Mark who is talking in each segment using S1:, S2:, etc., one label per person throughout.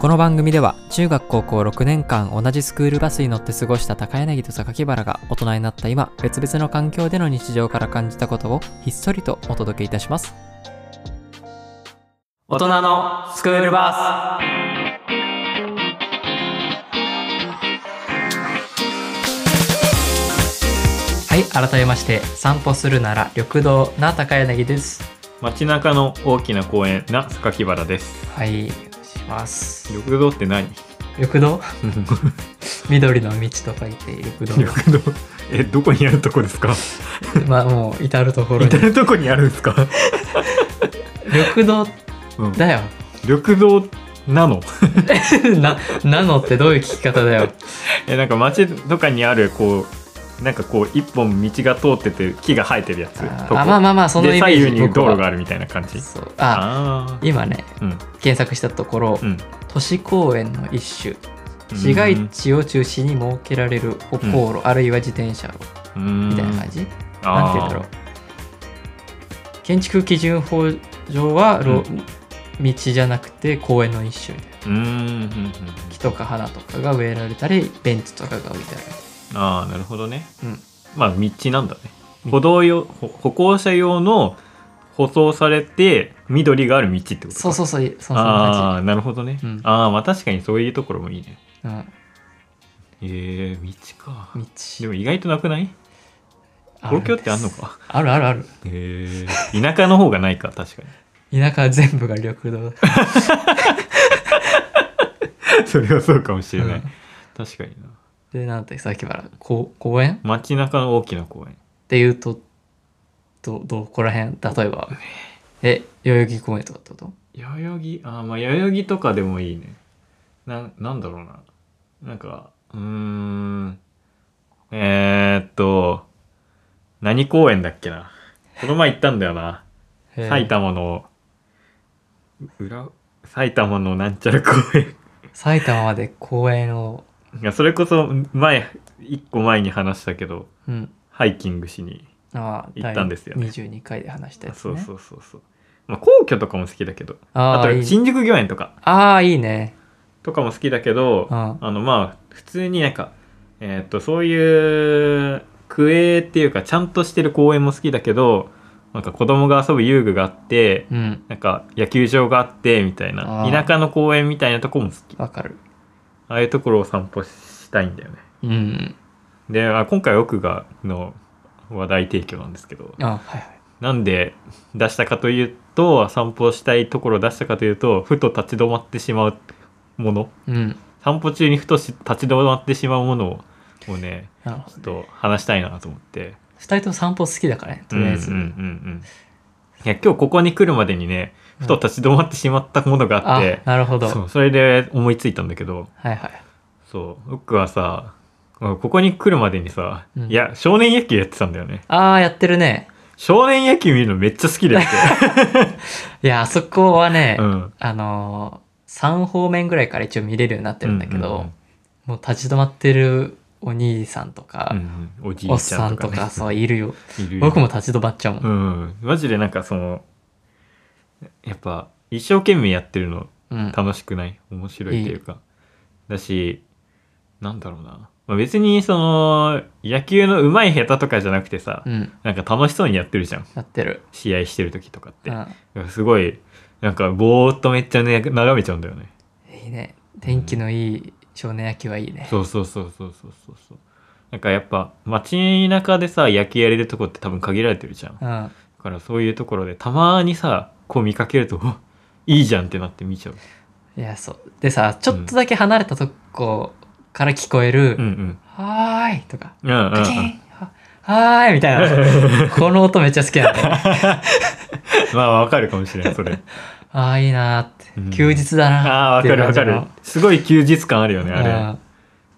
S1: この番組では中学高校6年間同じスクールバスに乗って過ごした高柳と榊原が大人になった今別々の環境での日常から感じたことをひっそりとお届けいたします大人のスクールバスはい改めまして散歩するなら緑道な高柳です
S2: 街中の大きな公園な榊原です
S1: はいお願いします
S2: 緑道って 何
S1: 緑道緑の道と書いて緑道
S2: 緑道えどこにあるとこですか
S1: まあもう至る所 に
S2: 至るとこにあるんで すか、
S1: 緑道
S2: うん、
S1: だよ
S2: 緑道なの
S1: ななのってどういう聞き方だよ
S2: えなんか街とかにあるこうなんかこう一本道が通ってて木が生えてるやつ
S1: あー
S2: とこ
S1: あまあまあまあその
S2: で
S1: イメー
S2: 左
S1: ジ
S2: 右に
S1: 僕
S2: 道
S1: は
S2: 路があるみたいな感じ
S1: そうあ
S2: あ
S1: 今ね
S2: あうん
S1: 検索したところ、
S2: うん
S1: 都市公園の一種市街地を中心に設けられる歩行路、あるいは自転車路み
S2: み
S1: たいな感じ、
S2: じ
S1: なんて言うんだろう建築基準法上は、ろ
S2: う
S1: 道じゃなくて公園の一種みたいな
S2: うーんうんうんうん
S1: 木とか花とかが植えられたりベンチとかが置いてある
S2: ああなるほどね
S1: うん
S2: まあ道なんだね歩道用歩歩行者用の舗装されて緑がある道ってことか
S1: そうそうそうそそんな
S2: あ
S1: 感
S2: あなるほどね、
S1: うん
S2: ああまあ確かにそういうところもいいね
S1: じ、
S2: えー、道か
S1: うん、道
S2: でも意外となくない東京ってあんのか
S1: あるあるある
S2: えー、田舎の方がないか確か
S1: 田舎は全部が緑道 だ
S2: にそれはそうかもしれない、
S1: うん
S2: 確かにな
S1: でなんてさっきからこう公園っ
S2: 街中の大きな公園
S1: ていうとどどこら辺例えばえ代々木公園とかってこと
S2: 代々木あーまあ代々木とかでもいいねなんなんだろうななんかうーんえー、っと何公園だっけなこの前行ったんだよな
S1: へー
S2: 埼玉の裏埼玉のなんちゃら公園
S1: 埼玉まで公園を
S2: いやそれこそ前一個前に話したけど
S1: うん
S2: ハイキングしに、
S1: ああ
S2: 行ったんですよね
S1: 第22回で話したやつ、
S2: そ
S1: ね、
S2: うそうそうそうまあ皇居とかも好きだけどあ
S1: ああい
S2: と
S1: い
S2: 新宿御苑とか
S1: ああいいね
S2: とかも好きだけど、
S1: うん
S2: あのまあ普通になんかえーっとそういう区営っていうかちゃんとしてる公園も好きだけどなんか子供が遊ぶ遊具があって
S1: うん
S2: なんか野球場があってみたい
S1: あ
S2: な
S1: ー
S2: 田舎の公園みたいなとこも好きあ
S1: わかる
S2: あいうところを散歩したいんだよね
S1: うん
S2: であ今回奥がの話題提供なんですけど
S1: あはいはい
S2: なんで出したかというと散歩したいところを出したかというとふと立ち止まってしまうもの
S1: うん
S2: 散歩中にふとし立ち止まってしまうものをね
S1: なるほ
S2: ち
S1: ど
S2: ょっと話したいなと思って
S1: 2人とも散歩好きだからねとりあえず、
S2: うんうんうんうんいや今日ここに来るまでにねふと立ち止まってしまったものがあ
S1: あ
S2: って、
S1: なるほど
S2: そうそれで思いついたんだけど
S1: はいはい
S2: そう僕はさここに来るまでにさ、
S1: うん
S2: いや少年野球やってたんだよね
S1: ああやってるね
S2: 少年野球見るのめっちゃ好きだよ っ
S1: いやあそこはね、
S2: て、うん、
S1: あのー、3方面ぐらいから一応見れるようになってるんだけど、
S2: うんうん
S1: もう立ち止まってるお兄さんとか、
S2: うんうんおじ
S1: おっ
S2: いちゃ
S1: さ
S2: ん
S1: ん
S2: と
S1: と
S2: か,、
S1: かそういるよ
S2: いるよ
S1: 僕も立ち止まっちゃうもん、
S2: うんマジでなんかそのやっぱ一生懸命やってるの
S1: うん
S2: 楽しくない面白いっていうかだしなんだろうな、まあ、別にその野球の上手い下手とかじゃなくてさ、
S1: うん、
S2: なんか楽しそうにやってるじゃん
S1: やってる、
S2: 試合してる時とかっ
S1: う
S2: て、
S1: ん、
S2: すごいなんかぼーっとめっちゃ、ね、眺めちゃうんだよね
S1: いいね天気のいい少年野球はいいね、
S2: そうそうそうそうそうそうそうなんかやっぱ街中でさ野球やれるとこって多分限られてるじゃんだ
S1: うん、あ
S2: からそういうところでたまにさこう見かけると おいいじゃんってなって見ちゃう
S1: いやそうでさちょっとだけ離れたとこから聞こえる「
S2: うんうん
S1: はーい」とか
S2: うん うん
S1: 「カキンははーい」みたいな
S2: うん
S1: この音めっちゃ好きなんだよ
S2: まあわかるかもしれないそれ
S1: ああいいなーって、
S2: うん
S1: 休日だ
S2: ああ、
S1: なーっ
S2: わ
S1: て
S2: かる
S1: わ
S2: わかる。すごい休日感あるよね、あれ。
S1: あ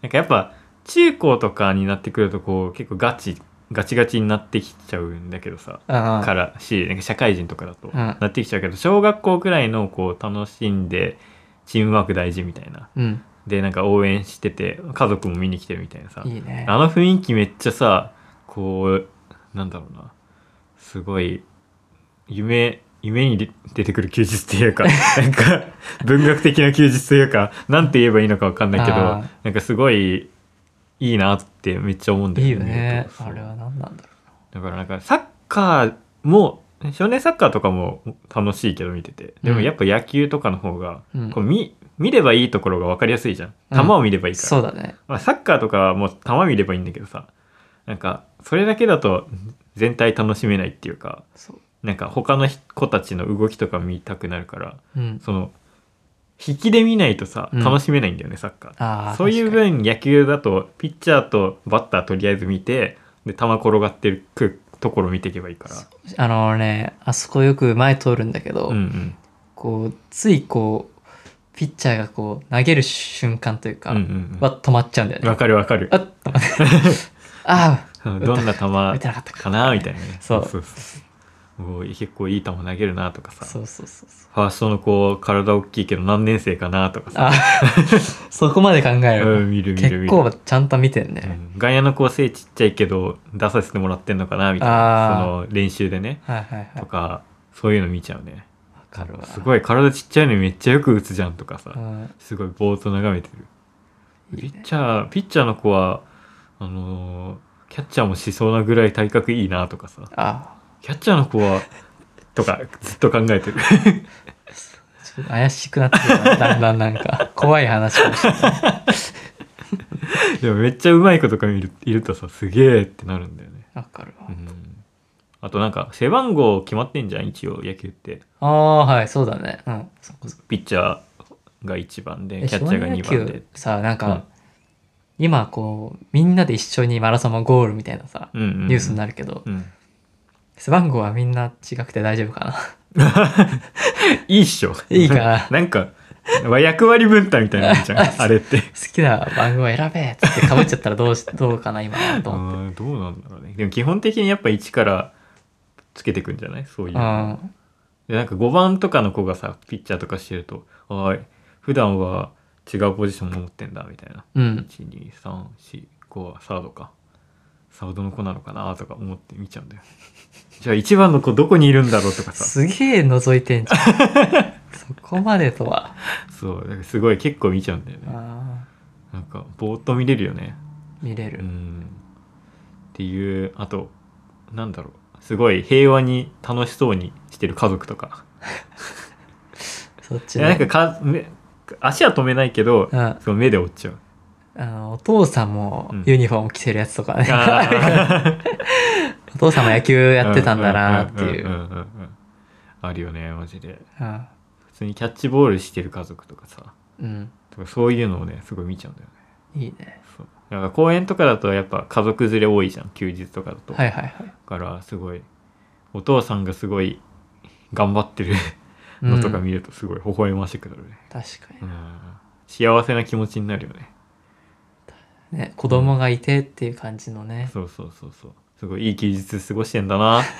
S2: なんかやっぱ、中高とかになってくると、こう、結構ガチ、ガチガチになってきちゃうんだけどさ、
S1: あ
S2: からし、なんか社会人とかだと、
S1: ん
S2: なってきちゃうけど、小学校くらいの、こう、楽しんで、チームワーク大事みたいな。
S1: うん
S2: で、なんか応援してて、家族も見に来てるみたいなさ、
S1: いいね
S2: あの雰囲気めっちゃさ、こう、なんだろうな、すごい、夢夢にで出てくる休日って いうかなんか文学的な休日というかなんて言えばいいのかわかんないけど
S1: あー
S2: なんかすごいいいなってめっちゃ思うんだ
S1: いい
S2: よ
S1: よ
S2: ね
S1: ね。
S2: そう
S1: あれは何なんだろ
S2: だからなんかサッカーも少年サッカーとかも楽しいけど見ててでもやっぱ野球とかの方が、
S1: うん
S2: こう見見ればいいところが分かりやすいじゃん
S1: うん。
S2: 球を見ればいういから、
S1: そうだね。
S2: まあ、サッカーとかはもう球見ればいいんだけどさなんかそれだけだと全体楽しめないっていうか
S1: そう。
S2: なんか他の子たちの動きとか見たくなるから
S1: うん。
S2: その引きで見ないとさ
S1: うん
S2: 楽しめないんだよね、サッカーって
S1: ああ。
S2: そういう
S1: 確
S2: 分野球だとピッチャーとバッターとりあえず見てで球転がってるくところ見ていけばいいから
S1: かにあのね、あそこよく前通るんだけど、
S2: うんうん
S1: こう、ついこう、ピッチャーがこう、投げる瞬間というか、
S2: うんうんうん
S1: は止まっちゃうんだよね。
S2: わかるわかる
S1: あっと待って。 あ
S2: うんどんな球
S1: あ、見てなかったか。
S2: かなみたいなね
S1: そう
S2: そうそうおー結構いい球投げるなとかさ
S1: そうそうそうそう。
S2: ファーストの子体大きいけど何年生かなとかさ、
S1: あ そこまで考え
S2: う
S1: る。
S2: ん、見る見る
S1: 結
S2: 見る
S1: 構ちゃんと見てん
S2: う
S1: ね。
S2: ん外野の子背ちっちゃいけど出させてもらってんのかなみたいな
S1: あ
S2: そ
S1: ー
S2: の練習でね
S1: はいはいはい。
S2: と
S1: わ
S2: かそういうの見ちゃうね
S1: かるわ。
S2: すごい体ちっちゃいのにめっちゃよく打つじゃんとかさ、
S1: うん
S2: すごいぼーっと眺めてる
S1: い
S2: ピ
S1: いね
S2: ッチャーピッチャーの子はあのーキャッチャーもしそうなぐらい体格いいなとかさ
S1: あ
S2: キャッチャーの子はとかずっと考えて
S1: ちょ
S2: る
S1: っと怪しくなってくるなだんだんなん か、怖い話かもしれない。
S2: でもめっちゃうまい子とか見るいるとさすげえってなるんだよね
S1: わかるわ
S2: う。んあとなんか背番号決まってんじゃん一応野球って
S1: ああ、はい、そうだね。うん。そこそこ
S2: ピッチャーが1番で
S1: え
S2: キャ
S1: 少
S2: ッチャーが
S1: 年野
S2: 2番で
S1: 球さ、なん
S2: うん
S1: か、今こう、みんなで一緒にマラソンのゴールみたいなさ、
S2: うんうんうん
S1: ニュースになるけど、
S2: うん
S1: 背番号はみんな違くて大丈夫かな。
S2: いいっしょ
S1: いいかな
S2: なんか役割分担みたいなの じゃんあれって
S1: 好きな番号選べっつってかぶっちゃったらどうしどうかな今はと
S2: う
S1: 思って。
S2: んどうなんだろうねでも基本的にやっぱ1からつけてくんじゃないそういう
S1: う
S2: の
S1: ん、
S2: でなんか5番とかの子がさピッチャーとかしてると「おい普段は違うポジション持ってんだ」みたいな
S1: うん、
S2: 12345はサードかサードの子なのかなとか思って見ちゃうんだよ じゃあ1番の子どこにいるんだろうとかさ
S1: すげえ覗いてんじゃ んそこまでとは
S2: そうだからすごい結構見ちゃうんだよね
S1: あ
S2: なんかぼーっと見れるよね
S1: ー見れ
S2: う
S1: る、
S2: んっていうあとなんだろうすごい平和に楽しそうにしてる家族とか
S1: そっち
S2: いやなんか
S1: ね
S2: か目足は止めないけど
S1: うん、あ
S2: そう目で追っちゃう
S1: のお父さんも
S2: うん
S1: ユニフォーム着てるやつとかね、
S2: あー
S1: お父さんも野球 やってたんだなってい
S2: んん
S1: うん
S2: んうんあるよねマジで
S1: うん
S2: 普通にキャッチボールしてる家族とかさ
S1: うん
S2: とかそういうのをねすごい見ちゃうんだよね
S1: いいね
S2: そうなんか公園とかだとやっぱ家族連れ多いじゃん休日とかだと、
S1: はいはいはい
S2: だからすごいお父さんがすごい頑張ってる
S1: うん
S2: のとか見るとすごい微笑ましくなるね、
S1: 確か
S2: う
S1: に
S2: ん幸せな気持ちになるよね
S1: ね子供がいてっていう感じのね
S2: そうそうそうそうすごいいい休日過ごしてんだなって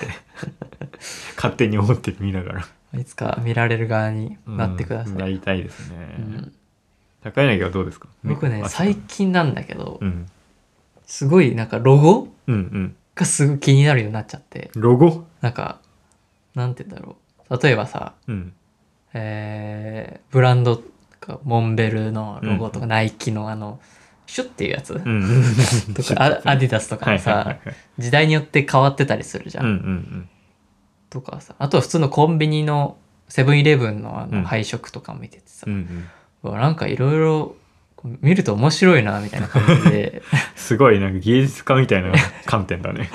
S2: 勝手に思って見ながら
S1: いつか見られる側になってくださ
S2: うん
S1: い、
S2: なりたいですね、
S1: うん
S2: 高柳はどうですか
S1: 僕ね最近なんだけど、
S2: うん
S1: すごいなんかロゴ
S2: うんうん
S1: がすごい気になるようになっちゃって
S2: ロゴ
S1: なんかなんて言うんだろう例えばさ、
S2: うん
S1: えーブランドとかモンベルのロゴとか、ナイキのあのシュッっていうやつ、
S2: うん
S1: とかアアディダスとか
S2: は
S1: も
S2: い
S1: さ、
S2: はいはいはい
S1: 時代によって変わってたりするじゃ
S2: うん
S1: ん、
S2: うんうん
S1: とかさあとは普通のコンビニのセブンイレブンのあ
S2: う
S1: の
S2: ん
S1: 配色とか見ててさ
S2: う、んうん
S1: うわなんかいろいろ見ると面白いなみたいな感じ で
S2: すごいなんか芸術家みたいな観 点だね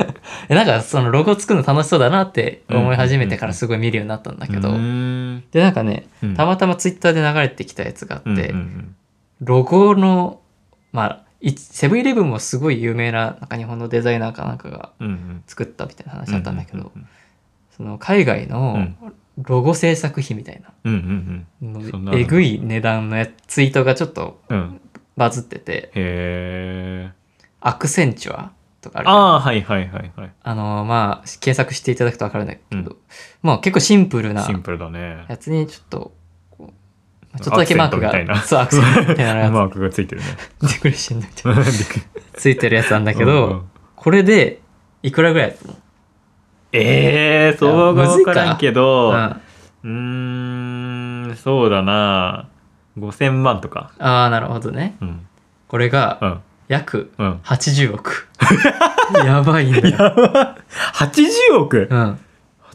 S1: えなんかそのロゴ作るの楽しそうだなって思い始めてからすごい見るようになったんだけど、
S2: うーん
S1: でなんかね
S2: うん
S1: たまたまツイッターで流れてきたやつがあって、
S2: うんうん
S1: ロゴのまあいセブンイレブンもすごい有名ななんか日本のデザイナーかなんかが
S2: うんうん
S1: 作ったみたいな話だったんだけど、
S2: うん
S1: その海外のロゴ制作費みたいな、
S2: うんうんそんなの
S1: えぐい値段のやツイートがちょっと
S2: うんうん
S1: バズってて
S2: へえ
S1: 「アクセンチュア」とかあるじゃん
S2: ああはいはいはいはい
S1: あのまあ検索していただくと分かるんだけど、
S2: うん
S1: まあ結構シンプルな
S2: シンプルだね
S1: やつにちょっとこうまあちょっとだけマークが
S2: アクセントみたいな
S1: そうアクセントみたいなやつ
S2: マークがついてるね
S1: デコレーションみたいなついてるやつなんだけ
S2: う
S1: ど、
S2: んうん
S1: これでいくらぐらいやと思う
S2: ええそうが分からんけど、
S1: うんあ
S2: うーん、そうだな5000万とか。
S1: あなるほどね
S2: うん。
S1: これ
S2: う
S1: が
S2: ん。
S1: 約
S2: うん。
S1: 80億 やばいんだよ、
S2: や ば80億
S1: うん、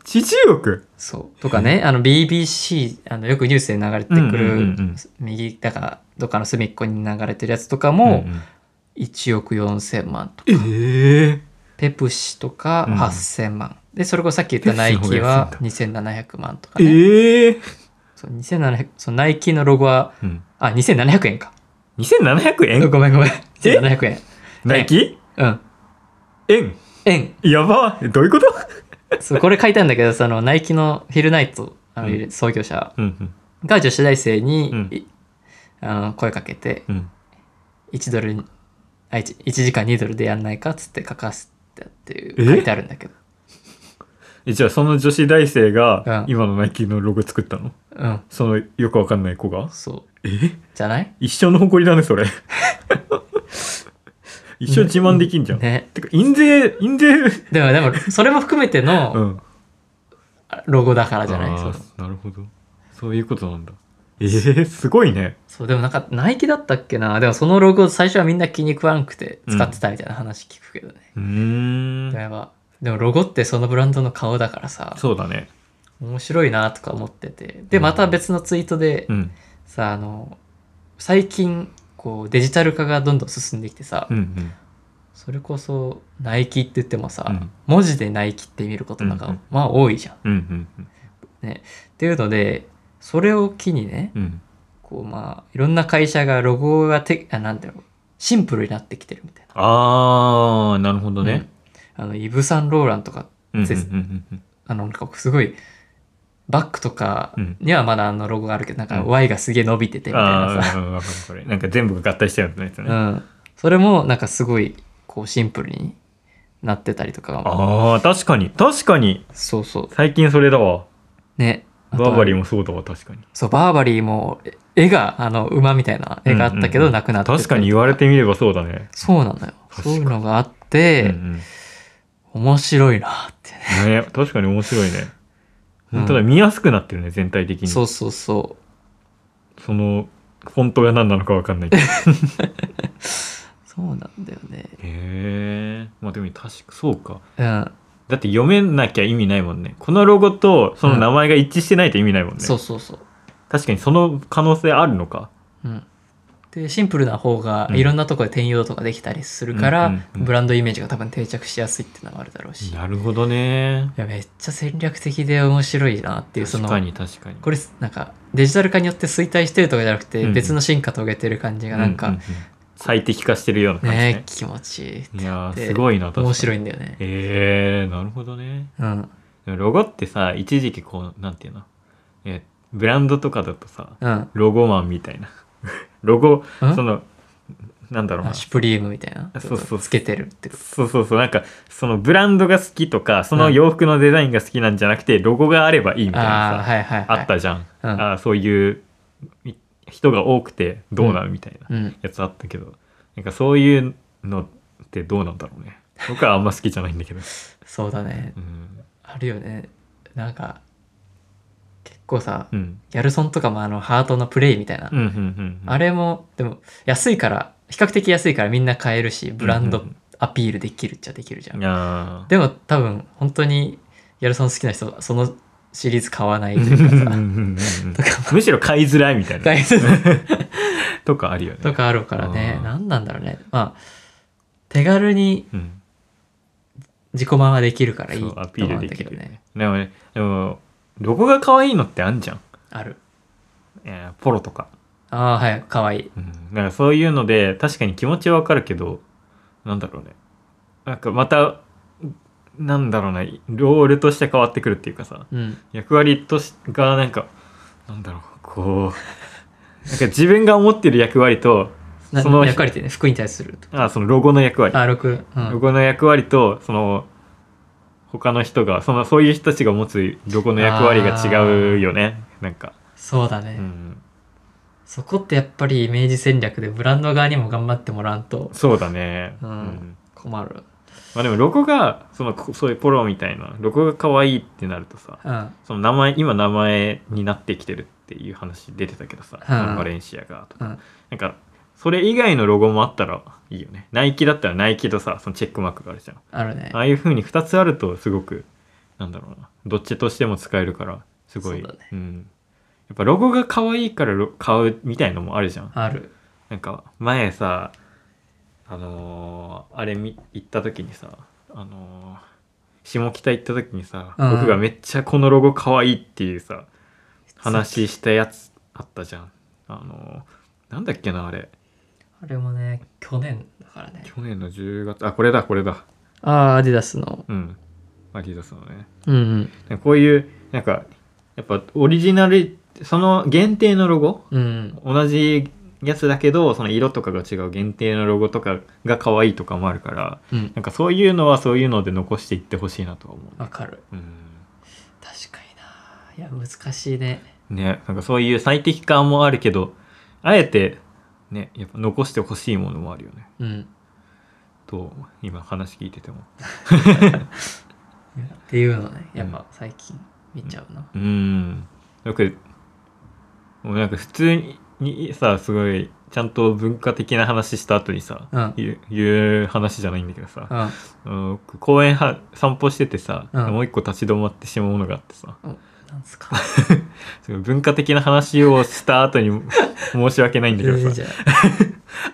S2: !80 億
S1: そうとかねあの BBC あのよくニュースで流れてくる、
S2: うんうんうんうん
S1: 右だからどっかの隅っこに流れてるやつとかも
S2: んん
S1: 1億4000万とか、
S2: ええ
S1: ペプシとか
S2: うん
S1: 8000万、でそれこそさっき言ったナイキは2700万とかね、
S2: ええ
S1: そう2700そのナイキのロゴは
S2: うん。
S1: あ2700円か
S2: 2700円
S1: ごめんごめん2700円
S2: ナイキ
S1: うん
S2: 円
S1: 円
S2: やばどういうこと
S1: そうこれ書いたんだけどそのナイキのヒルナイトあの、
S2: うん
S1: 創業者
S2: うん
S1: が女子大生に、
S2: うん
S1: いあの声かけて
S2: うん。うん。
S1: 1ドルあ 1, 時間2ドルでやんないかっつって書かせたっていう
S2: え
S1: 書いてあるんだけど
S2: えじゃあその女子大生が
S1: うん
S2: 今のナイキのロゴ作ったの
S1: うん
S2: そのよくわかんない子が
S1: そう
S2: え
S1: じゃない
S2: 一生の誇りだね それ一生自慢できんじゃん、
S1: ね
S2: てか印税印税
S1: でもでもそれも含めての
S2: ん
S1: ロゴだからじゃない、
S2: あー
S1: そう
S2: なるほどそういうことなんだえー、すごいね
S1: そうでもなんかナイキだったっけなでもそのロゴ最初はみんな気に食わんくて使ってたみたいな話聞くけどね、
S2: うー
S1: でも
S2: ん
S1: やっぱでもロゴってそのブランドの顔だからさ
S2: そうだね
S1: 面白いなとか思っててでまた別のツイートで、
S2: うん
S1: さあの最近こうデジタル化がどんどん進んできてさ、
S2: うんうん
S1: それこそナイキって言ってもさ、
S2: うん
S1: 文字でナイキって見ることなんか、
S2: うんうん
S1: まあ多いじゃん。っ
S2: うんうん
S1: ていうのでそれを機にね
S2: うん
S1: こうまあいろんな会社がロゴがてあなんだろうシンプルになってきてるみたいな。
S2: あーなるほどね、
S1: うんあのイブ・サンローランとか
S2: うん、うん
S1: せ
S2: うんうん
S1: あのなんかすごいバッグとか
S2: うん
S1: にはまだあのロゴがあるけどなんか
S2: うん
S1: Y がすげえ伸びててみたい
S2: あ
S1: なさ、
S2: ーうんうんわかるこれなんか全部が合体したやつのやつね、
S1: う
S2: あ
S1: ん、それもなんかすごいこうシンプルになってたりとかが
S2: あー確かに確かに
S1: そうそう
S2: 最近それだわ
S1: ねあ
S2: バ
S1: とは
S2: ーバリーもそうだわ確かに
S1: そうバーバリーもえ絵があの馬みたいな絵があったけ
S2: うんうんう
S1: ど
S2: ん
S1: なくなってたり
S2: 確
S1: とか
S2: かに言われてみればそうだね
S1: そうなんだよ
S2: 確か
S1: そう
S2: に
S1: いうのがあって、
S2: うん
S1: 面白いなってね
S2: うんね、確かに面白いね。
S1: うん
S2: 本当だ、見やすくなってるね、全体的に。
S1: そ
S2: そう
S1: そうそ
S2: の、フォントが何なのかわかんない けど。へ
S1: うそうなんだよね
S2: え。まあでも確か、そうか。
S1: うん
S2: だって読めなきゃ意味ないもんね。このロゴとその名前が一致してないと意味ないもんね。
S1: そうそうそう
S2: 確かにその可能性あるのか。
S1: うんでシンプルな方が
S2: うん
S1: いろんなとこで転用とかできたりするから、
S2: うんうんうん
S1: ブランドイメージが多分定着しやすいってのもあるだろうし、い
S2: なるほどね。
S1: やめっちゃ戦略的で面白いなっていうそ
S2: 確
S1: の
S2: かに確かに。
S1: これなんかデジタル化によって衰退してるとかじゃなくて、
S2: うんうん
S1: 別の進化遂げてる感じがなんか、
S2: ううう最適化してるような感じ
S1: ね
S2: ね。
S1: 気持ちいい
S2: いやー
S1: です
S2: ごいな、
S1: 面白
S2: い。
S1: いんだよね
S2: へえ、なるほどね。
S1: うん
S2: でもロゴってさ一時期こうなんていうの、えーブランドとかだとさ
S1: うん
S2: ロゴマンみたいな ロゴ
S1: うん
S2: そのなんだろうな
S1: あシュプリームみたいな
S2: そうそうそう
S1: つけてるってこと
S2: そうそうそうなんかそのブランドが好きとかその洋服のデザインが好きなんじゃなくて、ロゴがあればいいみたいな
S1: ああ
S2: さ
S1: はいはい、はい、
S2: あ,、ったじゃん、
S1: うん
S2: あーそういうい人が多くてどうなるみたいな
S1: うん
S2: やつあったけど、なんかそういうのってどうなんだろうね僕はあんま好きじゃないんだけど、
S1: そうだね
S2: うん
S1: あるよねなんか結構さ、
S2: うん、
S1: ギャルソンとかもあのハートのプレイみたいな、
S2: うんうんうんうん
S1: あれもでも安いから比較的安いからみんな買えるしブラン
S2: うん
S1: ド
S2: うんうん
S1: アピールできるっちゃできるじゃん、
S2: いやー
S1: でも多分本当にギャルソン好きな人はそのシリーズ買わないというかさとか
S2: むしろ買いづらいみたいな
S1: 買いづらい
S2: とかあるよね。
S1: とかあるからね
S2: うん
S1: 何なんだろうねまあ手軽に
S2: うん、
S1: 自己満はできるからいい
S2: そう
S1: と
S2: アピー
S1: 思う
S2: ル
S1: ん
S2: で
S1: だ
S2: き
S1: け
S2: る
S1: ど
S2: よ
S1: ね
S2: ね。でもね、でもロゴが可愛いのってあんじゃん。
S1: ある
S2: えーポロとか。
S1: ああはいかわいい
S2: うん、だからそういうので確かに気持ちはわかるけど、なんだろうね。なんかまたなんだろうなロールとして変わってくるっていうかさ、
S1: うん
S2: 役割としがなんかなんだろうこうなんか自分が思ってる役割と
S1: な
S2: その
S1: 役割ってね服に対すると
S2: あそのロゴの役割。
S1: あ6う
S2: ロ
S1: ん
S2: ゴの役割とその他の人がそのそういう人たちが持つロゴの役割が違うよねなんか、
S1: そうだ
S2: う
S1: ね
S2: ん、
S1: そこってやっぱりイメージ戦略でブランド側にも頑張ってもらわんと
S2: そうだね、
S1: うん困る
S2: まあでもロゴがそのこそういうポロみたいなロゴが可愛いってなるとさ
S1: うん
S2: その名前今名前になってきてるっていう話出てたけどさ、
S1: うん
S2: バレンシアがとか
S1: うん
S2: なんかそれ以外のロゴもあったらいいよねナイキだったらナイキとさそのチェックマークがあるじゃん
S1: あるね
S2: ああいう風に2つあるとすごくなんだろうなどっちとしても使えるからすごい
S1: そうだね
S2: ん、やっぱロゴが可愛いからロ買うみたいのもあるじゃん
S1: ある
S2: なんか前さあのーあれ見行った時にさあのー下北行った時にさ、
S1: うん
S2: 僕がめっちゃこのロゴ可愛いっていうさ話したやつあったじゃんあのーなんだっけなあれ
S1: あれもね去年だからね
S2: 去年の10月あこれだこれだ
S1: ああアディダスの
S2: うんアディダスのね
S1: うんうん
S2: こういうなんかやっぱオリジナルその限定のロゴ
S1: うん
S2: 同じやつだけどその色とかが違う限定のロゴとかが可愛いとかもあるから
S1: うん
S2: なんかそういうのはそういうので残していってほしいなとは思
S1: わかる
S2: う、
S1: 確かにないや難しいね
S2: うん、ねなんかそういう最適化もあるけどあえてねやっぱ残してほしいものもあるよね
S1: うん
S2: と今話聞いてても
S1: っていうのねやっぱ最近見ちゃうな
S2: うんよくもうなんか普通にさすごいちゃんと文化的な話した後にさ、
S1: うん
S2: 言う言う話じゃないんだけどさ、
S1: うん
S2: うん僕公園は散歩しててさ、
S1: うん
S2: もう一個立ち止まってしまうものがあってさ
S1: なんすか
S2: すごい文化的な話をした後に申し訳ないんだけど
S1: 全然じ
S2: さ
S1: ゃ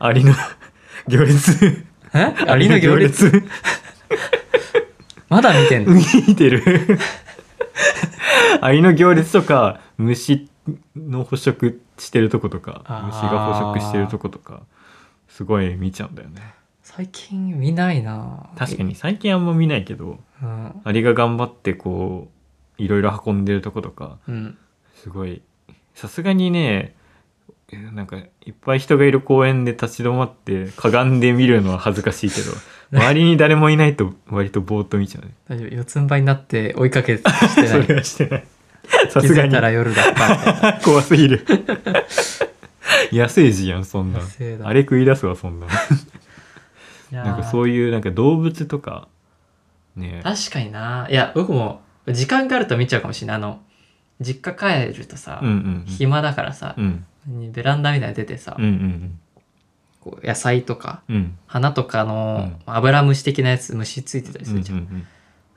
S1: ない
S2: アリの行列
S1: え アリの行列
S2: アリの行
S1: まだ見てんの
S2: 列見てる アリの行列とか虫の捕食してるとことか
S1: あー
S2: 虫が捕食してるとことかすごい見ちゃうんだよね
S1: 最近見ないな
S2: 確かに最近あんま見ないけど
S1: うん、
S2: アリが頑張ってこういろいろ運んでるとことか
S1: うん、
S2: すごいさすがにねえなんかいっぱい人がいる公園で立ち止まってかがんで見るのは恥ずかしいけど 周りに誰もいないと割とぼーっと見 ちゃうね
S1: 大丈夫四つん這いになって追いかけてしてな
S2: それ
S1: い
S2: はしてない
S1: 気
S2: さすが
S1: づい
S2: に
S1: たら夜だったみたい
S2: 怖すぎる野生児やんそん なん
S1: 野生だ
S2: あれ食い出すわそんなん
S1: な
S2: なんか
S1: い
S2: そういうなんか動物とかね
S1: や確かにないや僕も時間があると見ちゃうかもしれないあの実家帰るとさ、
S2: うんうん
S1: 暇だからさ
S2: う、ん
S1: ベランダみたいに出てさ、
S2: うんうん
S1: こう野菜とか
S2: うんうん
S1: 花とかの油虫的なやつ虫ついてたり
S2: う
S1: す
S2: んう
S1: る
S2: ん
S1: じゃん、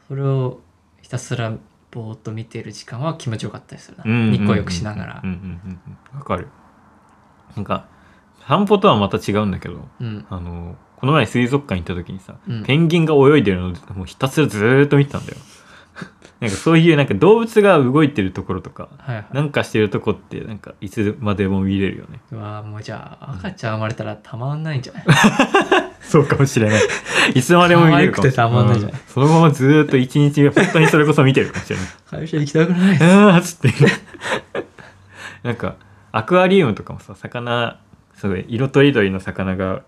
S1: それをひたすらぼーっと見てる時間は気持ちよかったりするな、
S2: うんうんうんうん
S1: 日光浴しながら
S2: うんうんうんうんわかるなんか散歩とはまた違うんだけど
S1: うん
S2: あのこの前水族館行った時にさ、
S1: うん
S2: ペンギンが泳いでるのをもうひたすらずーっと見てたんだよなんかそういうなんか動物が動いてるところとか
S1: はいはい
S2: なんかしてるとこってなんかいつまでも見れるよね
S1: うわーもうじゃあ赤ちゃん生まれたらたまんないん じゃない
S2: そうかもしれない いつまでも見れるかもし
S1: 可愛くて
S2: れ
S1: たまんないじゃん
S2: うそのままずーっと一日本当にそれこそ見てるかもしれない
S1: 会社行きたくない
S2: あーっつってなんかアクアリウムとかもさ魚すごい色とりどりの魚が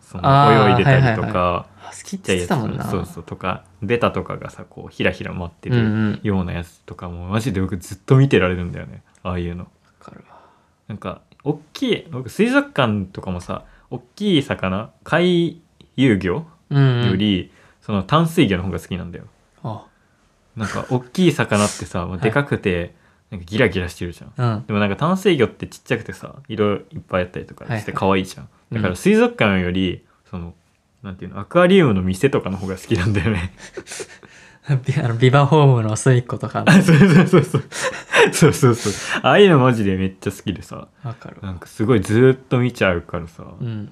S2: その
S1: あー
S2: 泳いでたりと
S1: は
S2: か、
S1: いはいあ好きって言ってたもんな
S2: そうそうとかベタとかがさこうひらひら舞って
S1: うん
S2: る
S1: うん
S2: ようなやつとかも、マジで僕ずっと見てられるんだよねああいうの
S1: わかるわ
S2: なんか大きい僕水族館とかもさ大きい魚海遊魚
S1: うん、うん、
S2: より、その淡水魚の方が好きなんだよ
S1: あ
S2: なんか大きい魚って さもうでかくて、なんかギラギラしてるじゃ
S1: う
S2: ん
S1: ん
S2: でもなんか淡水魚ってちっちゃくてさ色いっぱいあったりとか
S1: はい
S2: し
S1: は
S2: て
S1: い
S2: 可愛いじゃん、
S1: うん
S2: だから水族館よりそのなんていうのアクアリウムの店とかの方が好きなんだよね
S1: ビ あのビバホームの隅っことかの
S2: あそうそうそうそうそうそうそうああいうのマジでめっちゃ好きでさ
S1: わかるわ
S2: なんかすごいずーっと見ちゃうからさ、
S1: うん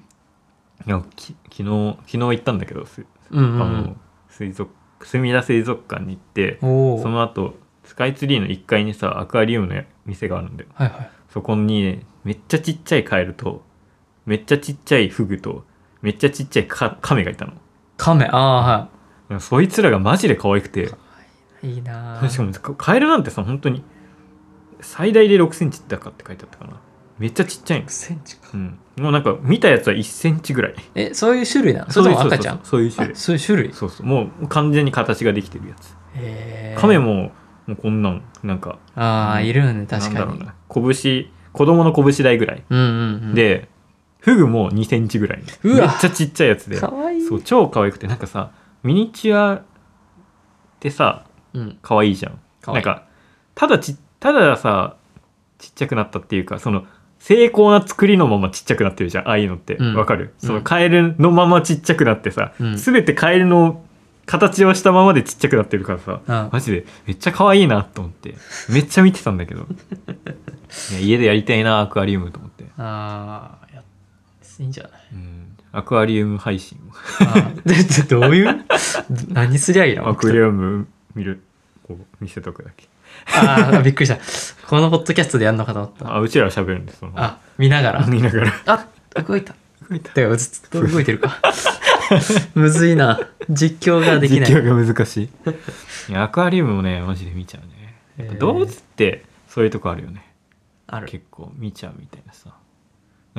S2: なんかき昨日昨日行ったんだけどす、
S1: うんう
S2: あ
S1: ん
S2: の水族墨田水族館に行って
S1: うんおお
S2: その後スカイツリーの1階にさアクアリウムの店があるんだよ
S1: はいはい
S2: そこにねめっちゃちっちゃいカエルとめっちゃちっちゃいフグとめっちゃちっちゃいカカメがいたの
S1: カメああ
S2: なんかそいつらがマジで可愛くて
S1: はいいいな
S2: しかもかカエルなんてさ本当に最大で6センチだかって書いてあったかなめっちゃちっちゃいん
S1: 6
S2: です、
S1: センチか
S2: うん、もうなんか見たやつは1センチぐらい
S1: えそういう種類なのそれとも赤ちゃん
S2: そういうそうそうそういう種類
S1: あそういう種類
S2: そうそうもう完全に形ができてるやつ
S1: へえ
S2: カメももうこんなんなんか
S1: ああいるよね確
S2: なんだ
S1: か
S2: ろう
S1: に
S2: な拳子供の拳代ぐらい、
S1: うんうんうん
S2: でフグも2センチぐらいね
S1: う
S2: めっ
S1: わ
S2: ちゃちっちゃいやつで
S1: かわいい
S2: そう超可愛くてなんかさミニチュアってさ
S1: うん
S2: 可愛いじゃん
S1: 可
S2: な
S1: 愛
S2: ん
S1: い
S2: かただちたださちっちゃくなったっていうかその精巧な作りのままちっちゃくなってるじゃんああいうのってわ
S1: う、ん
S2: かる
S1: うん
S2: そのカエルのままちっちゃくなってさ、
S1: うん
S2: 全てカエルの形をしたままでちっちゃくなってるからさ、
S1: うん
S2: マジでめっちゃ可愛いなと思ってめっちゃ見てたん だけどいや家でやりたいなアクアリウムと思って、
S1: ああいやいいんじゃ ない
S2: うん、アクアリウム配信を
S1: あーででどういう何すりゃいいの
S2: アクアリウム見るこう見せとくだけ
S1: ああびっくりしたこのポッドキャストでやんのかと思った
S2: あうちらは喋るんですその
S1: あ見ながら
S2: 見ながら
S1: あ動いた
S2: 動いた
S1: てかずっと動いてるか むずいな実況ができない
S2: 実況が難し いいやアクアリウムもねマジで見ちゃうねやっぱ
S1: えー
S2: 動物ってそういうとこあるよね、
S1: ある
S2: 結構見ちゃうみたいなさ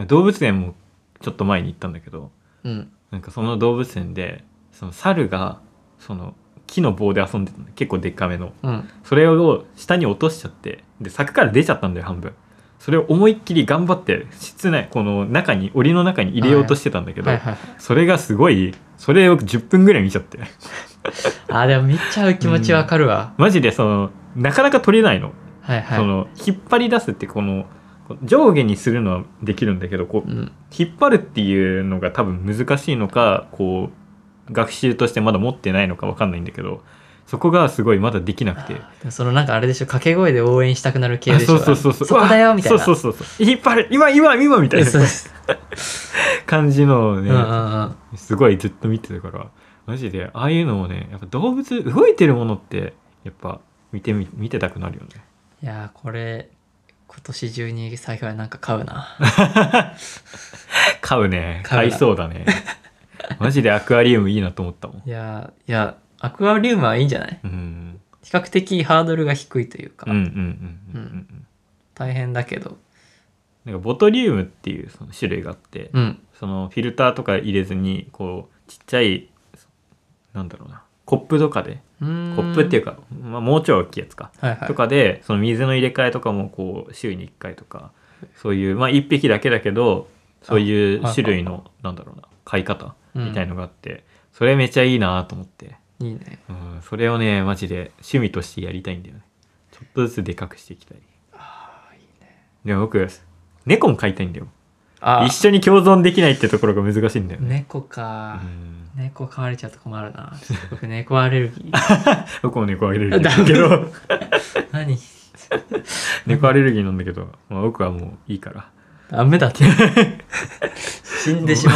S2: 動物園もちょっと前に行ったんだけど
S1: うん
S2: なんかその動物園でその猿がその木の棒で遊んでたの結構でっかめの
S1: うん
S2: それを下に落としちゃってで柵から出ちゃったんだよ半分それを思いっきり頑張って室内この中に檻の中に入れようとしてたんだけど、
S1: はいはい
S2: それがすごいそれを10分ぐらい見ちゃって
S1: あでも見ちゃう気持ちわかるわ、
S2: マジでそのなかなか取れないの,、
S1: はいはい
S2: その引っ張り出すってこのこう上下にするのはできるんだけどこう
S1: うん
S2: 引っ張るっていうのが多分難しいのかこう学習としてまだ持ってないのか分かんないんだけどそこがすごいまだできなくて。
S1: でもそのなんかあれでしょ掛け声で応援したくなる系
S2: あ
S1: でし
S2: そ
S1: ょ
S2: うそうそうそう
S1: こだよみたいな
S2: そうそうそうそう引っ張る今今今みたいな
S1: そうです
S2: 感じのを
S1: う
S2: ね、
S1: んうんうん
S2: すごいずっと見てたからマジでああいうのもねやっぱ動物動いてるものってやっぱ見てみ見てたくなるよね
S1: いやーこれ今年中に財布はなんか買うな
S2: 買うね
S1: 買
S2: 買
S1: う
S2: い
S1: な
S2: そ うだねマジでアクアリウムいいなと思ったもん
S1: いやーいやアクアリウムはいいんじゃない
S2: うん
S1: 比較的ハードルが低いというか、
S2: うんうんうんうんうんうん
S1: 大変だけど
S2: なんかボトリウムっていうその種類があって、
S1: うん
S2: そのフィルターとか入れずにこうちっちゃいなんだろうなコップとかで
S1: コ
S2: コ
S1: ッ
S2: ップっていう
S1: か、
S2: か、まあ、もうちょい大きいやつか、
S1: はいはい、
S2: とかでその水の入れ替えとかもこう週に1回とかそういうまあ1匹だけだけどそういう種類のなんだろうな買い方みたいのがあって、それめちゃいいなと思って、
S1: いいね
S2: うん、それをねマジで趣味としてやりたいんだよねちょっとずつでかくしていきたい
S1: あーいいね
S2: でも僕猫も飼いたいんだよ
S1: あ
S2: 一緒に共存できないってところが難しいんだよね、
S1: 猫
S2: う
S1: か、
S2: ん、
S1: 猫飼われちゃうと困るな僕猫アレルギー
S2: 僕も猫アレルギー
S1: だ
S2: だけど
S1: 何
S2: 猫アレルギーなんだけど、まあ、僕はもういいから
S1: ダメ だって死んでしま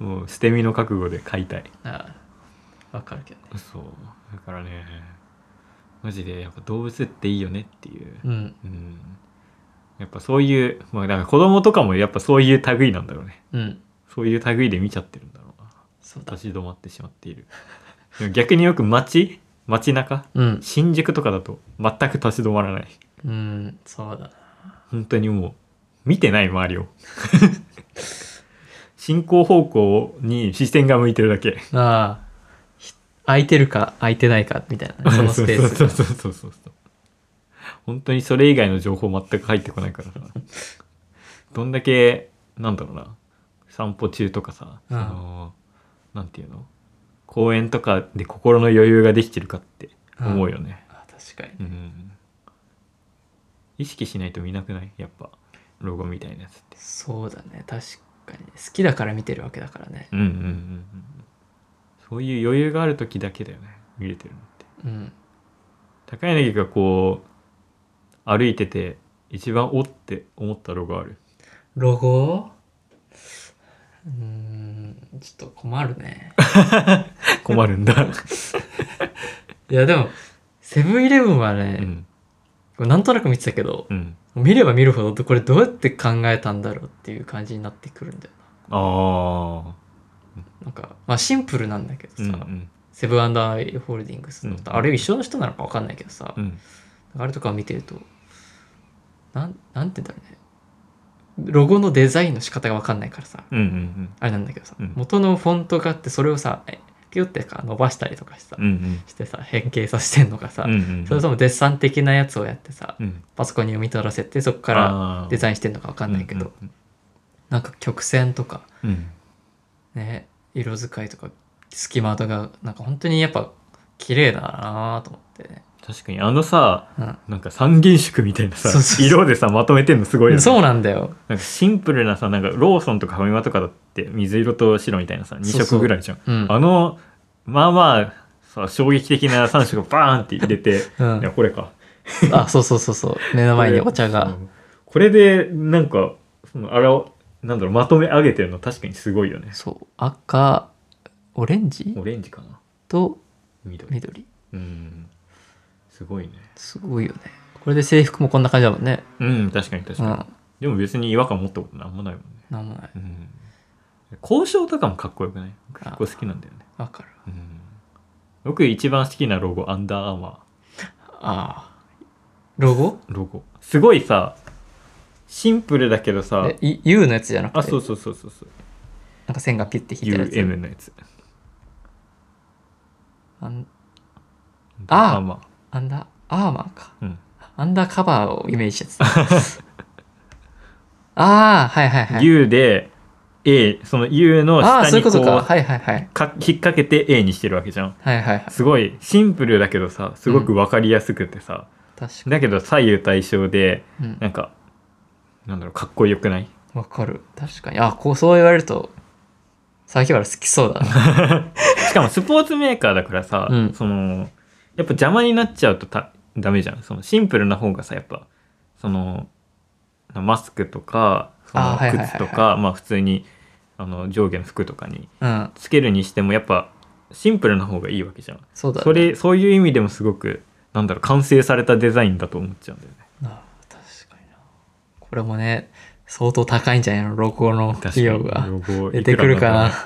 S1: う
S2: もう捨て身の覚悟で飼いたい
S1: ああわかるけどね
S2: そうだからねマジでやっぱ動物っていいよねっていう、
S1: うん
S2: うん、やっぱそういうまあだから子供とかもやっぱそういう類なんだろうね
S1: うん
S2: そういう類で見ちゃってるんだろうな
S1: そうだ
S2: 立ち止まってしまっているでも逆によく街街中
S1: うん
S2: 新宿とかだと全く立ち止まらない
S1: うんそうだな
S2: 本当にもう見てない周りを 進行方向に視線が向いてるだけ
S1: ああひ空いてるか空いてないかみたいなね そのスペース
S2: そう
S1: が
S2: そうそうそうそう本当にそれ以外の情報全く入ってこないからさどんだけなんだろうな散歩中とかさ、
S1: うん
S2: そのなんていうの公園とかで心の余裕ができてるかって思うよね、
S1: あ確かに
S2: うん意識しないと見なくないやっぱロゴみたいなやつって
S1: そうだね確かに好きだから見てるわけだからね
S2: うんうんうんうんそういう余裕がある時だけだよね見れてるのって
S1: うん
S2: 高柳がこう歩いてて一番おって思ったロゴある
S1: ロゴうーんちょっと困るね
S2: 困るんだ、
S1: いやでもセブンイレブンは
S2: う
S1: ね、
S2: ん
S1: これなんとなく見てたけど
S2: うん、
S1: 見れば見るほどこれどうやって考えたんだろうっていう感じになってくるんだよ
S2: ああ、
S1: ななんかまあシンプルなんだけど
S2: う
S1: さ、
S2: んうん
S1: セブンアイ・ホールディングスの、
S2: うん
S1: あれ一緒の人なのか分かんないけどさ、
S2: うん、
S1: あれとか見てるとなんなんて言うんだろうねロゴのデザインの仕方が分かんないからさ
S2: うんうん
S1: あれなんだけどさ、
S2: うん
S1: 元のフォントがあってそれをさえピュってか伸ばしたりとかしてさ、
S2: うんうん
S1: してさ変形させてんのかさ、
S2: うんうん
S1: それともデッサン的なやつをやってさ
S2: うん
S1: パソコンに読み取らせてそこからデザ
S2: イン
S1: インしてんのか分かんないけど、
S2: うん
S1: なんか曲線とか、
S2: うん。
S1: ね、色使いとか、隙間とか、なんか本当にやっぱ、綺麗だなと思ってね。
S2: 確かにあのさ、
S1: うん
S2: なんか三原色みたいな
S1: そ
S2: さ
S1: うそうそう
S2: 色でさまとめてんのすごいよね
S1: そうなんだよ。
S2: なんかシンプルなさなんかローソンとかファミマとかだって水色と白みたいなさ2
S1: そうそう
S2: 色ぐらいじゃん
S1: うん。
S2: あのまあまあさ衝撃的な3色バーンって入れて
S1: う
S2: いや
S1: ん、
S2: これか
S1: あ、そうそうそうそう。目の前にお茶
S2: う
S1: が。
S2: んこれでなんかそのあらをなんだろうまとめ上げてるの確かにすごいよね
S1: そう。赤、オレンジ
S2: オレンジかな
S1: と
S2: 緑
S1: 緑。
S2: うんすごいね
S1: すごいよね。これで制服もこんな感じだもんね。
S2: うん確かに確
S1: う
S2: か
S1: ん。
S2: に、でも別に違和感持ったことなんもないもんね
S1: なんもない。
S2: うん交渉とかもかっこよくない僕結構好きなんだよね、
S1: わかる。
S2: うん、僕一番好きなロゴアンダーアーマ
S1: ああ。ロゴ
S2: ーロゴすごいさシンプルだけどさ
S1: え、い U のやつじゃなくて。
S2: あそうそうそうそうそう
S1: なんか線がピュッて引いてるやつ。
S2: UM のやつ
S1: アン
S2: ア
S1: あー
S2: ーマ
S1: アンダー、アーマーか。
S2: ーうん
S1: アンダーカバーをイメージしてた。 ああ、はいはいはい。
S2: U で A その U の
S1: ああ、
S2: 下
S1: そうい
S2: に
S1: うことか。
S2: こ
S1: はいはいはい。
S2: うか引っ掛けて A にしてるわけじゃん
S1: はいはいはい。
S2: すごいシンプルだけどさすごく分かりやすくてさ、
S1: 確か
S2: だけど左右対称で
S1: に。うん
S2: なんかなんだろうかっこよくない
S1: わかる。確かに。あ、こう、そう言われると、榊原好きそうだ な。
S2: しかもスポーツメーカーだからさ、
S1: うん
S2: そのやっぱ邪魔になっちゃうとたダメじゃんそのシンプルな方がさやっぱそのマスクとかそ
S1: あー
S2: の
S1: はいはいはいはい
S2: 靴とかまあ普通にあの上下の服とかに
S1: うん。
S2: つけるにしてもやっぱシンプルな方がいいわけじゃん
S1: そうだね。
S2: それそういう意味でもすごくなんだろう完成されたデザインだと思っちゃうんだよね
S1: なあ確かにな。これもね、相当高いんじゃないのロゴの費用が。
S2: ロゴ
S1: 出てくるか
S2: いくらんだろう
S1: な。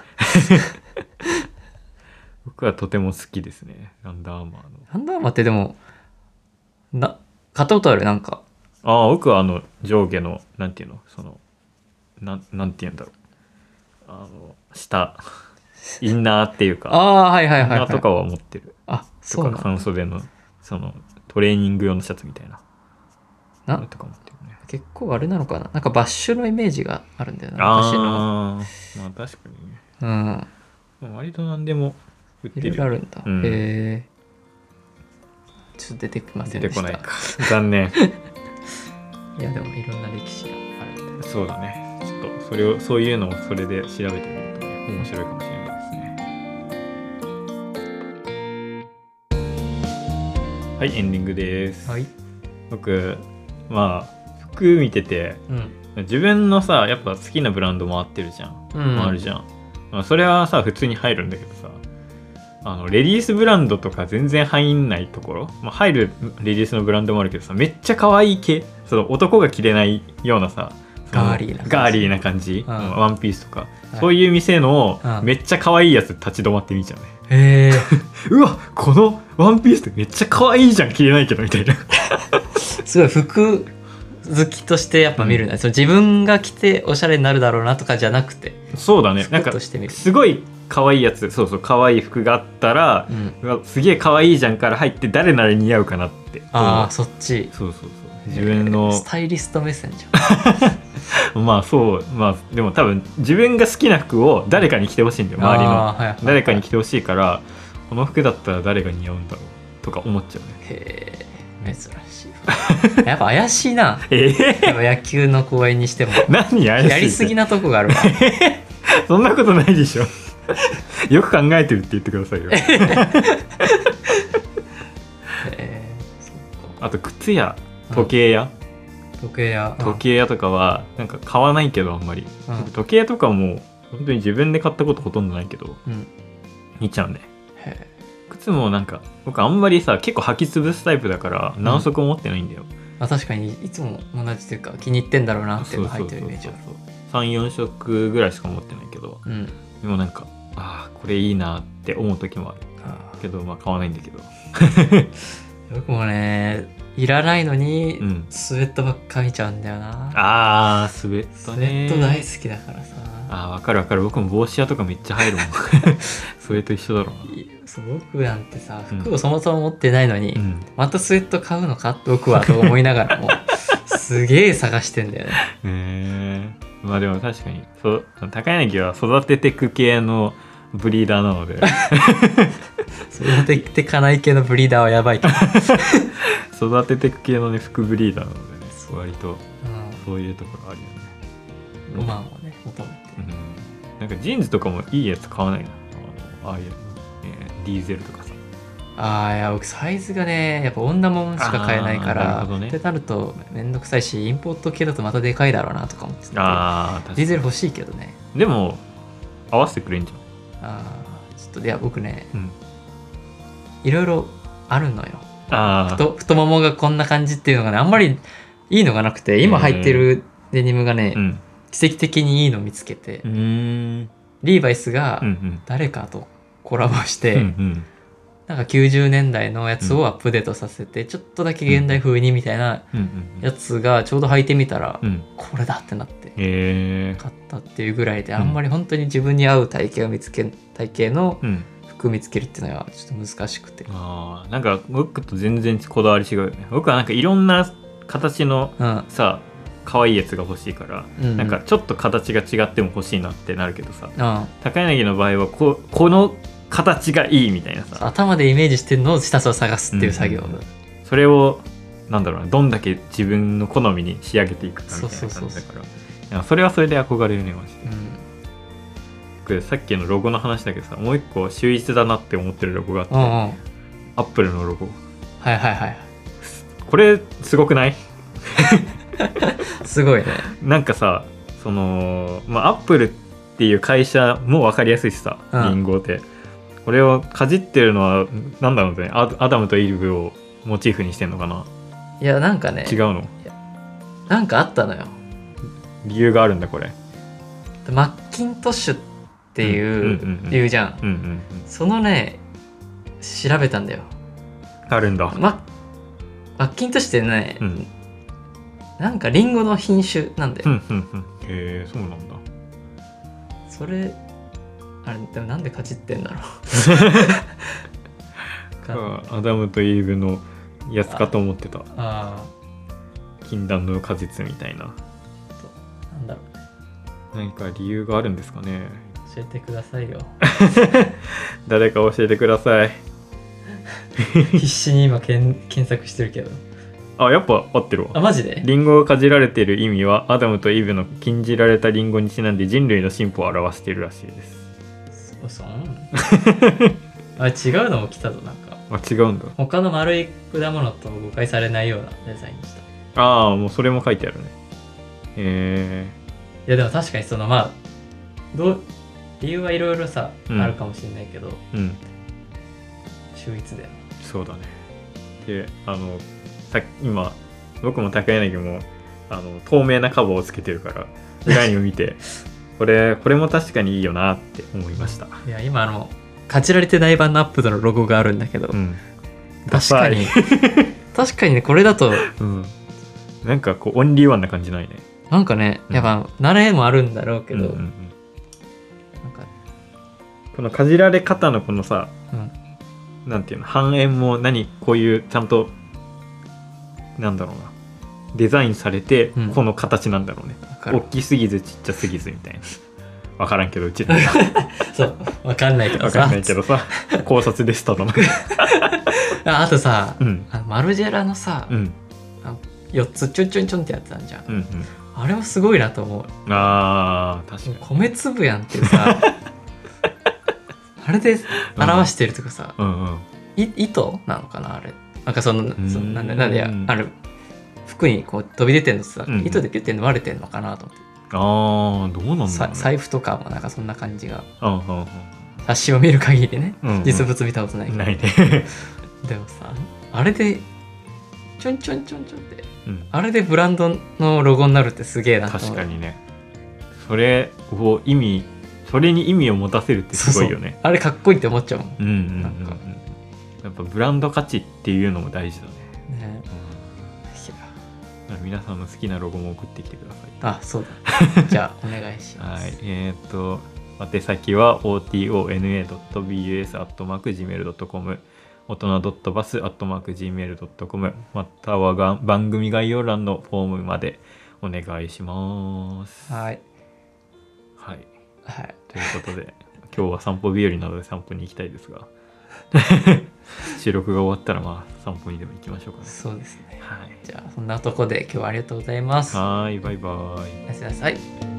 S2: 僕はとても好きですねアンダーアーマーの
S1: なんだ待って、でも、な、買ったことあるなんか。
S2: ああ僕はあの上下のなんていうのそのなんなんていうんだろうあの 下インナーっていう
S1: あ
S2: か
S1: あ、はいはい
S2: イン
S1: はい、
S2: ナ
S1: は
S2: ーと
S1: い。
S2: かは持ってる
S1: あ、
S2: と
S1: そう
S2: か
S1: なの
S2: 半袖のそのトレーニング用のシャツみたいな
S1: な
S2: のとか持ってるね
S1: 結構あれなのかななんかバッシュのイメージがあるんだよな。私の。
S2: ああまあ確かにね
S1: うん。
S2: でも割と何でも売って
S1: いろい
S2: る
S1: ろあるんだ。
S2: うん
S1: へえ。ちょっと出てきません
S2: 出て
S1: でし
S2: こ
S1: た。
S2: ないか残念
S1: いや、でもいろんな歴史があるみたいな。
S2: そうだねちょっとそれをそういうのをそれで調べてみるとね面白いかもしれないですねはいエンディングです、
S1: はい。
S2: 僕まあ服見てて
S1: うん。
S2: 自分のさやっぱ好きなブランド回ってるじゃん、
S1: うん。
S2: 回るじゃん、まあ、それはさ普通に入るんだけどさあのレディースブランドとか全然入んないところ、まあ、入るレディースのブランドもあるけどさめっちゃ可愛い系その男が着れないようなさその
S1: ガーリーな感じ
S2: ガーリーな感じ、
S1: うん
S2: ワンピースとか、
S1: い
S2: そういう店の
S1: うん
S2: めっちゃ可愛いやつ立ち止まってみちゃうね、
S1: へえ。
S2: うわこのワンピースってめっちゃ可愛いじゃん着れないけどみた いな
S1: すごい服好きとしてやっぱ見るね、その自分が着ておしゃれになるだろうなとかじゃなくて、
S2: そうだね
S1: スク
S2: なん
S1: ッ
S2: か
S1: として見る。
S2: すごい可愛いやつそうそう可愛い服があったら
S1: う、ん、
S2: うわすげえ可愛いじゃんから入って誰なら似合うかなって
S1: ああそっち
S2: そうそうそう自分の
S1: スタイリスト目線じゃん
S2: まあそうまあでも多分自分が好きな服を誰かに着てほしいんだよ周りの
S1: あーはいはい
S2: 誰かに着てほしいからこの服だったら誰が似合うんだろうとか思っちゃうね
S1: へえ珍しいやっぱ怪しいな
S2: ええ
S1: やっぱ野球の公演にしても
S2: 何や
S1: やりすぎなとこがある わ
S2: そんなことないでしょよく考えてるって言ってくださいよ
S1: えーそっか
S2: あと靴や時計屋、
S1: 時計屋
S2: 時計屋とかはなんか買わないけどあんまり、
S1: うんうん
S2: 時計とかも本当に自分で買ったことほとんどないけど
S1: うん
S2: 見ちゃうね
S1: へ
S2: 靴もなんか僕あんまりさ結構履き潰すタイプだから何足も持ってないんだよ、
S1: ーまあ確かにいつも同じというか気に入ってんだろうなっていうのが入ってるイメージある
S2: 34足ぐらいしか持ってないけど
S1: うん
S2: でもなんかああこれいいなって思う時もある
S1: あー
S2: けどまあ買わないんだけど
S1: 僕もねいらないのに、
S2: うん
S1: スウェットばっか見ちゃうんだよな
S2: あースウェッ
S1: ス
S2: ト
S1: ウェ
S2: ね
S1: ット大好きだからさ
S2: あーわかるわかる僕も帽子屋とかめっちゃ入るもん それと一緒だろうない
S1: そう僕なんてさ
S2: うん
S1: 服をそもそも持ってないのに、
S2: うん
S1: またスウェット買う のか僕はと思いながらもすげえ探してんだよね
S2: へえまあでも確かにそう高柳は育ててく系のブリーダーな ので
S1: 育ててかない系のブリーダーはやばいと思う、
S2: 育ててく系のね副ブリーダーなのでね割と そういうところあるよね
S1: うん、ロマンをね求めて
S2: うんなんかジーンズとかもいいやつ買わないなあのああいう、えーディーゼルとかさ
S1: ああいや僕サイズがねやっぱ女もんしか買えないか
S2: あーな
S1: ら
S2: るほどね
S1: ってなると面倒くさいしインポート系だとまたでかいだろうなとか思っててディー
S2: ああ確か
S1: ゼル欲しいけどね
S2: にでも合わせてくれんじ
S1: あーちょっといや僕ね
S2: ゃん、うん、
S1: いろいろあるのよ
S2: ああ
S1: 太太ももがこんな感じっていうのがねあんまりいいのがなくて今履いてるデニムがね、
S2: うん
S1: 奇跡的にいいの見つけて、
S2: うーん
S1: リーバイスが
S2: うんうん
S1: 誰かとコラボし
S2: う
S1: て、
S2: んうん
S1: なんか90年代のやつをアップデートさせて、ちょっとだけ現代風にみたいな
S2: うん
S1: やつがちょうど履いてみたら、
S2: うんうん
S1: これだってなって
S2: えー
S1: 買ったっていうぐらいで
S2: うん
S1: あんまり本当に自分に合う体型を見つけ体型の
S2: うん
S1: 服見つけるっていうのはちょっと難しくて、
S2: あーなんか僕と全然こだわり違うよね僕はなんかいろんな形の
S1: うん
S2: さ可愛いやつが欲しいから、
S1: うん、
S2: なんかちょっと形が違っても欲しいなってなるけどさ
S1: うん
S2: 高柳の場合はここの形がいいみたいなさ
S1: 頭でイメージしてるのをひたすら探すっていう作業、
S2: うんそれをなんだろうなどんだけ自分の好みに仕上げていくかみたい
S1: そう
S2: な
S1: そ
S2: 感
S1: うそ
S2: じ
S1: う
S2: だ
S1: そ
S2: からいやそれはそれで憧れるねマジで
S1: うん
S2: 僕さっきのロゴの話だけどさもう一個秀逸だなって思ってるロゴがあって、
S1: うんうんはい
S2: アップルのロゴ
S1: はいはい
S2: これすごくない
S1: すごいね
S2: なんかさそのまあアップルっていう会社も分かりやすいしさ
S1: うん
S2: リンゴって、これをかじってるのはなんだろうねアアダムとイブをモチーフにしてんのかない
S1: やなんかね
S2: 違うの
S1: なんかあったのよ
S2: 理由があるんだこれ
S1: マッキントッシュってい
S2: んうんうんう
S1: うん理由じゃん
S2: うんうんうん
S1: そのね調べたんだよ
S2: あるんだ
S1: ママッキントッシュってね、
S2: うん
S1: なんかリンゴの品種なんだよ、
S2: うんうんうんへえそうなんだ
S1: それあれでもなんでかじってんだろ うか
S2: アダムとイーブのやつかと思ってた
S1: あ
S2: 禁断の果実みたいな
S1: あなんだろうね
S2: 何か理由があるんですかね
S1: 教えてくださいよ
S2: 誰か教えてください
S1: 必死に今けん検索してるけど
S2: あやっぱ合ってる
S1: あ
S2: わ
S1: マジで
S2: リンゴをかじられている意味はアダムとイーブの禁じられたリンゴにちなんで人類の進歩を表しているらしいです
S1: そうそう あ違うのも来たぞなんか
S2: あ違うんだ
S1: 他の丸い果物と誤解されないようなデザインにしたい
S2: ああもうそれも書いてあるねへ
S1: やでも確かにそのまあどう理由はいろいろさ、
S2: うん
S1: あるかもしれないけど
S2: えうん
S1: 秀逸だよ
S2: そうだねであのさ今僕も高柳もあの透明なカバーをつけてるから裏にも見て これこれも確かにいいよなって思いました、
S1: いや今あの「かじられてない版のアップのロゴがあるんだけど、
S2: うん、
S1: 確かに 確かにねこれだと
S2: うん、なんかこうオンリーワンな感じないね
S1: なんかね
S2: うん
S1: やっぱ慣れもあるんだろうけど、
S2: うんうんうん
S1: なんか、
S2: このかじられ方のこのさ
S1: うん、
S2: なんていうの半円も何こういうちゃんとなんだろうなデザインされて
S1: うん
S2: この形なんだろうね、
S1: わか
S2: 大
S1: る
S2: きすぎずちっちゃすぎずみたいな分からんけどうちの
S1: そうわかんないけど
S2: わ
S1: さ
S2: かんないけどさ考察でしたとな
S1: ああとさ、
S2: うん
S1: あのマルジェラのさ、
S2: うん
S1: 4つちょんちょんちょんってやってたんじゃん
S2: うん
S1: あれもすごいなと思う
S2: うんあー確か
S1: 米粒やんっていう さあれで表してるとかさ、
S2: にうんうん
S1: い糸なのかなあれなんかその
S2: ん
S1: そのなんでなんでやある服にこう飛び出てんのさ、
S2: うん
S1: 糸でピュッて割れてんのかなと思って、
S2: あーどうなんだろう、ね、
S1: さ財布とかもなんかそんな感じが
S2: うんうんうん
S1: 冊子を見る限りね、
S2: うんうん
S1: 実物見たことないけど
S2: ないね、
S1: でもさあれでちょんちょんちょんちょんって
S2: うん、
S1: あれでブランドのロゴになるってすげえなと思う
S2: 確かにねそれを意味それに意味を持たせるってすごいよね
S1: そうそうあれかっこいいって思っちゃうもん、
S2: うんうんうんうん
S1: なんか
S2: やっぱブランド価値っていうのも大事だね、
S1: ね
S2: だから皆さんの好きなロゴも送ってきてください
S1: あそう だじゃあお願いしま
S2: はい
S1: す、
S2: えーっと宛先は otona.bus.gmail.com 大人 .bus.gmail.com またはが番組概要欄のフォームまでお願いします
S1: はい
S2: はい。
S1: はい。
S2: ということで、 今日は散歩日和なので散歩に行きたいですが、収録が終わったらまあ散歩にでも行きましょうかね。
S1: そうですね。
S2: はい。
S1: じゃあ、そんなとこで今日はありがとうございます。お
S2: はーい、バイバーイ。
S1: やすみなさい。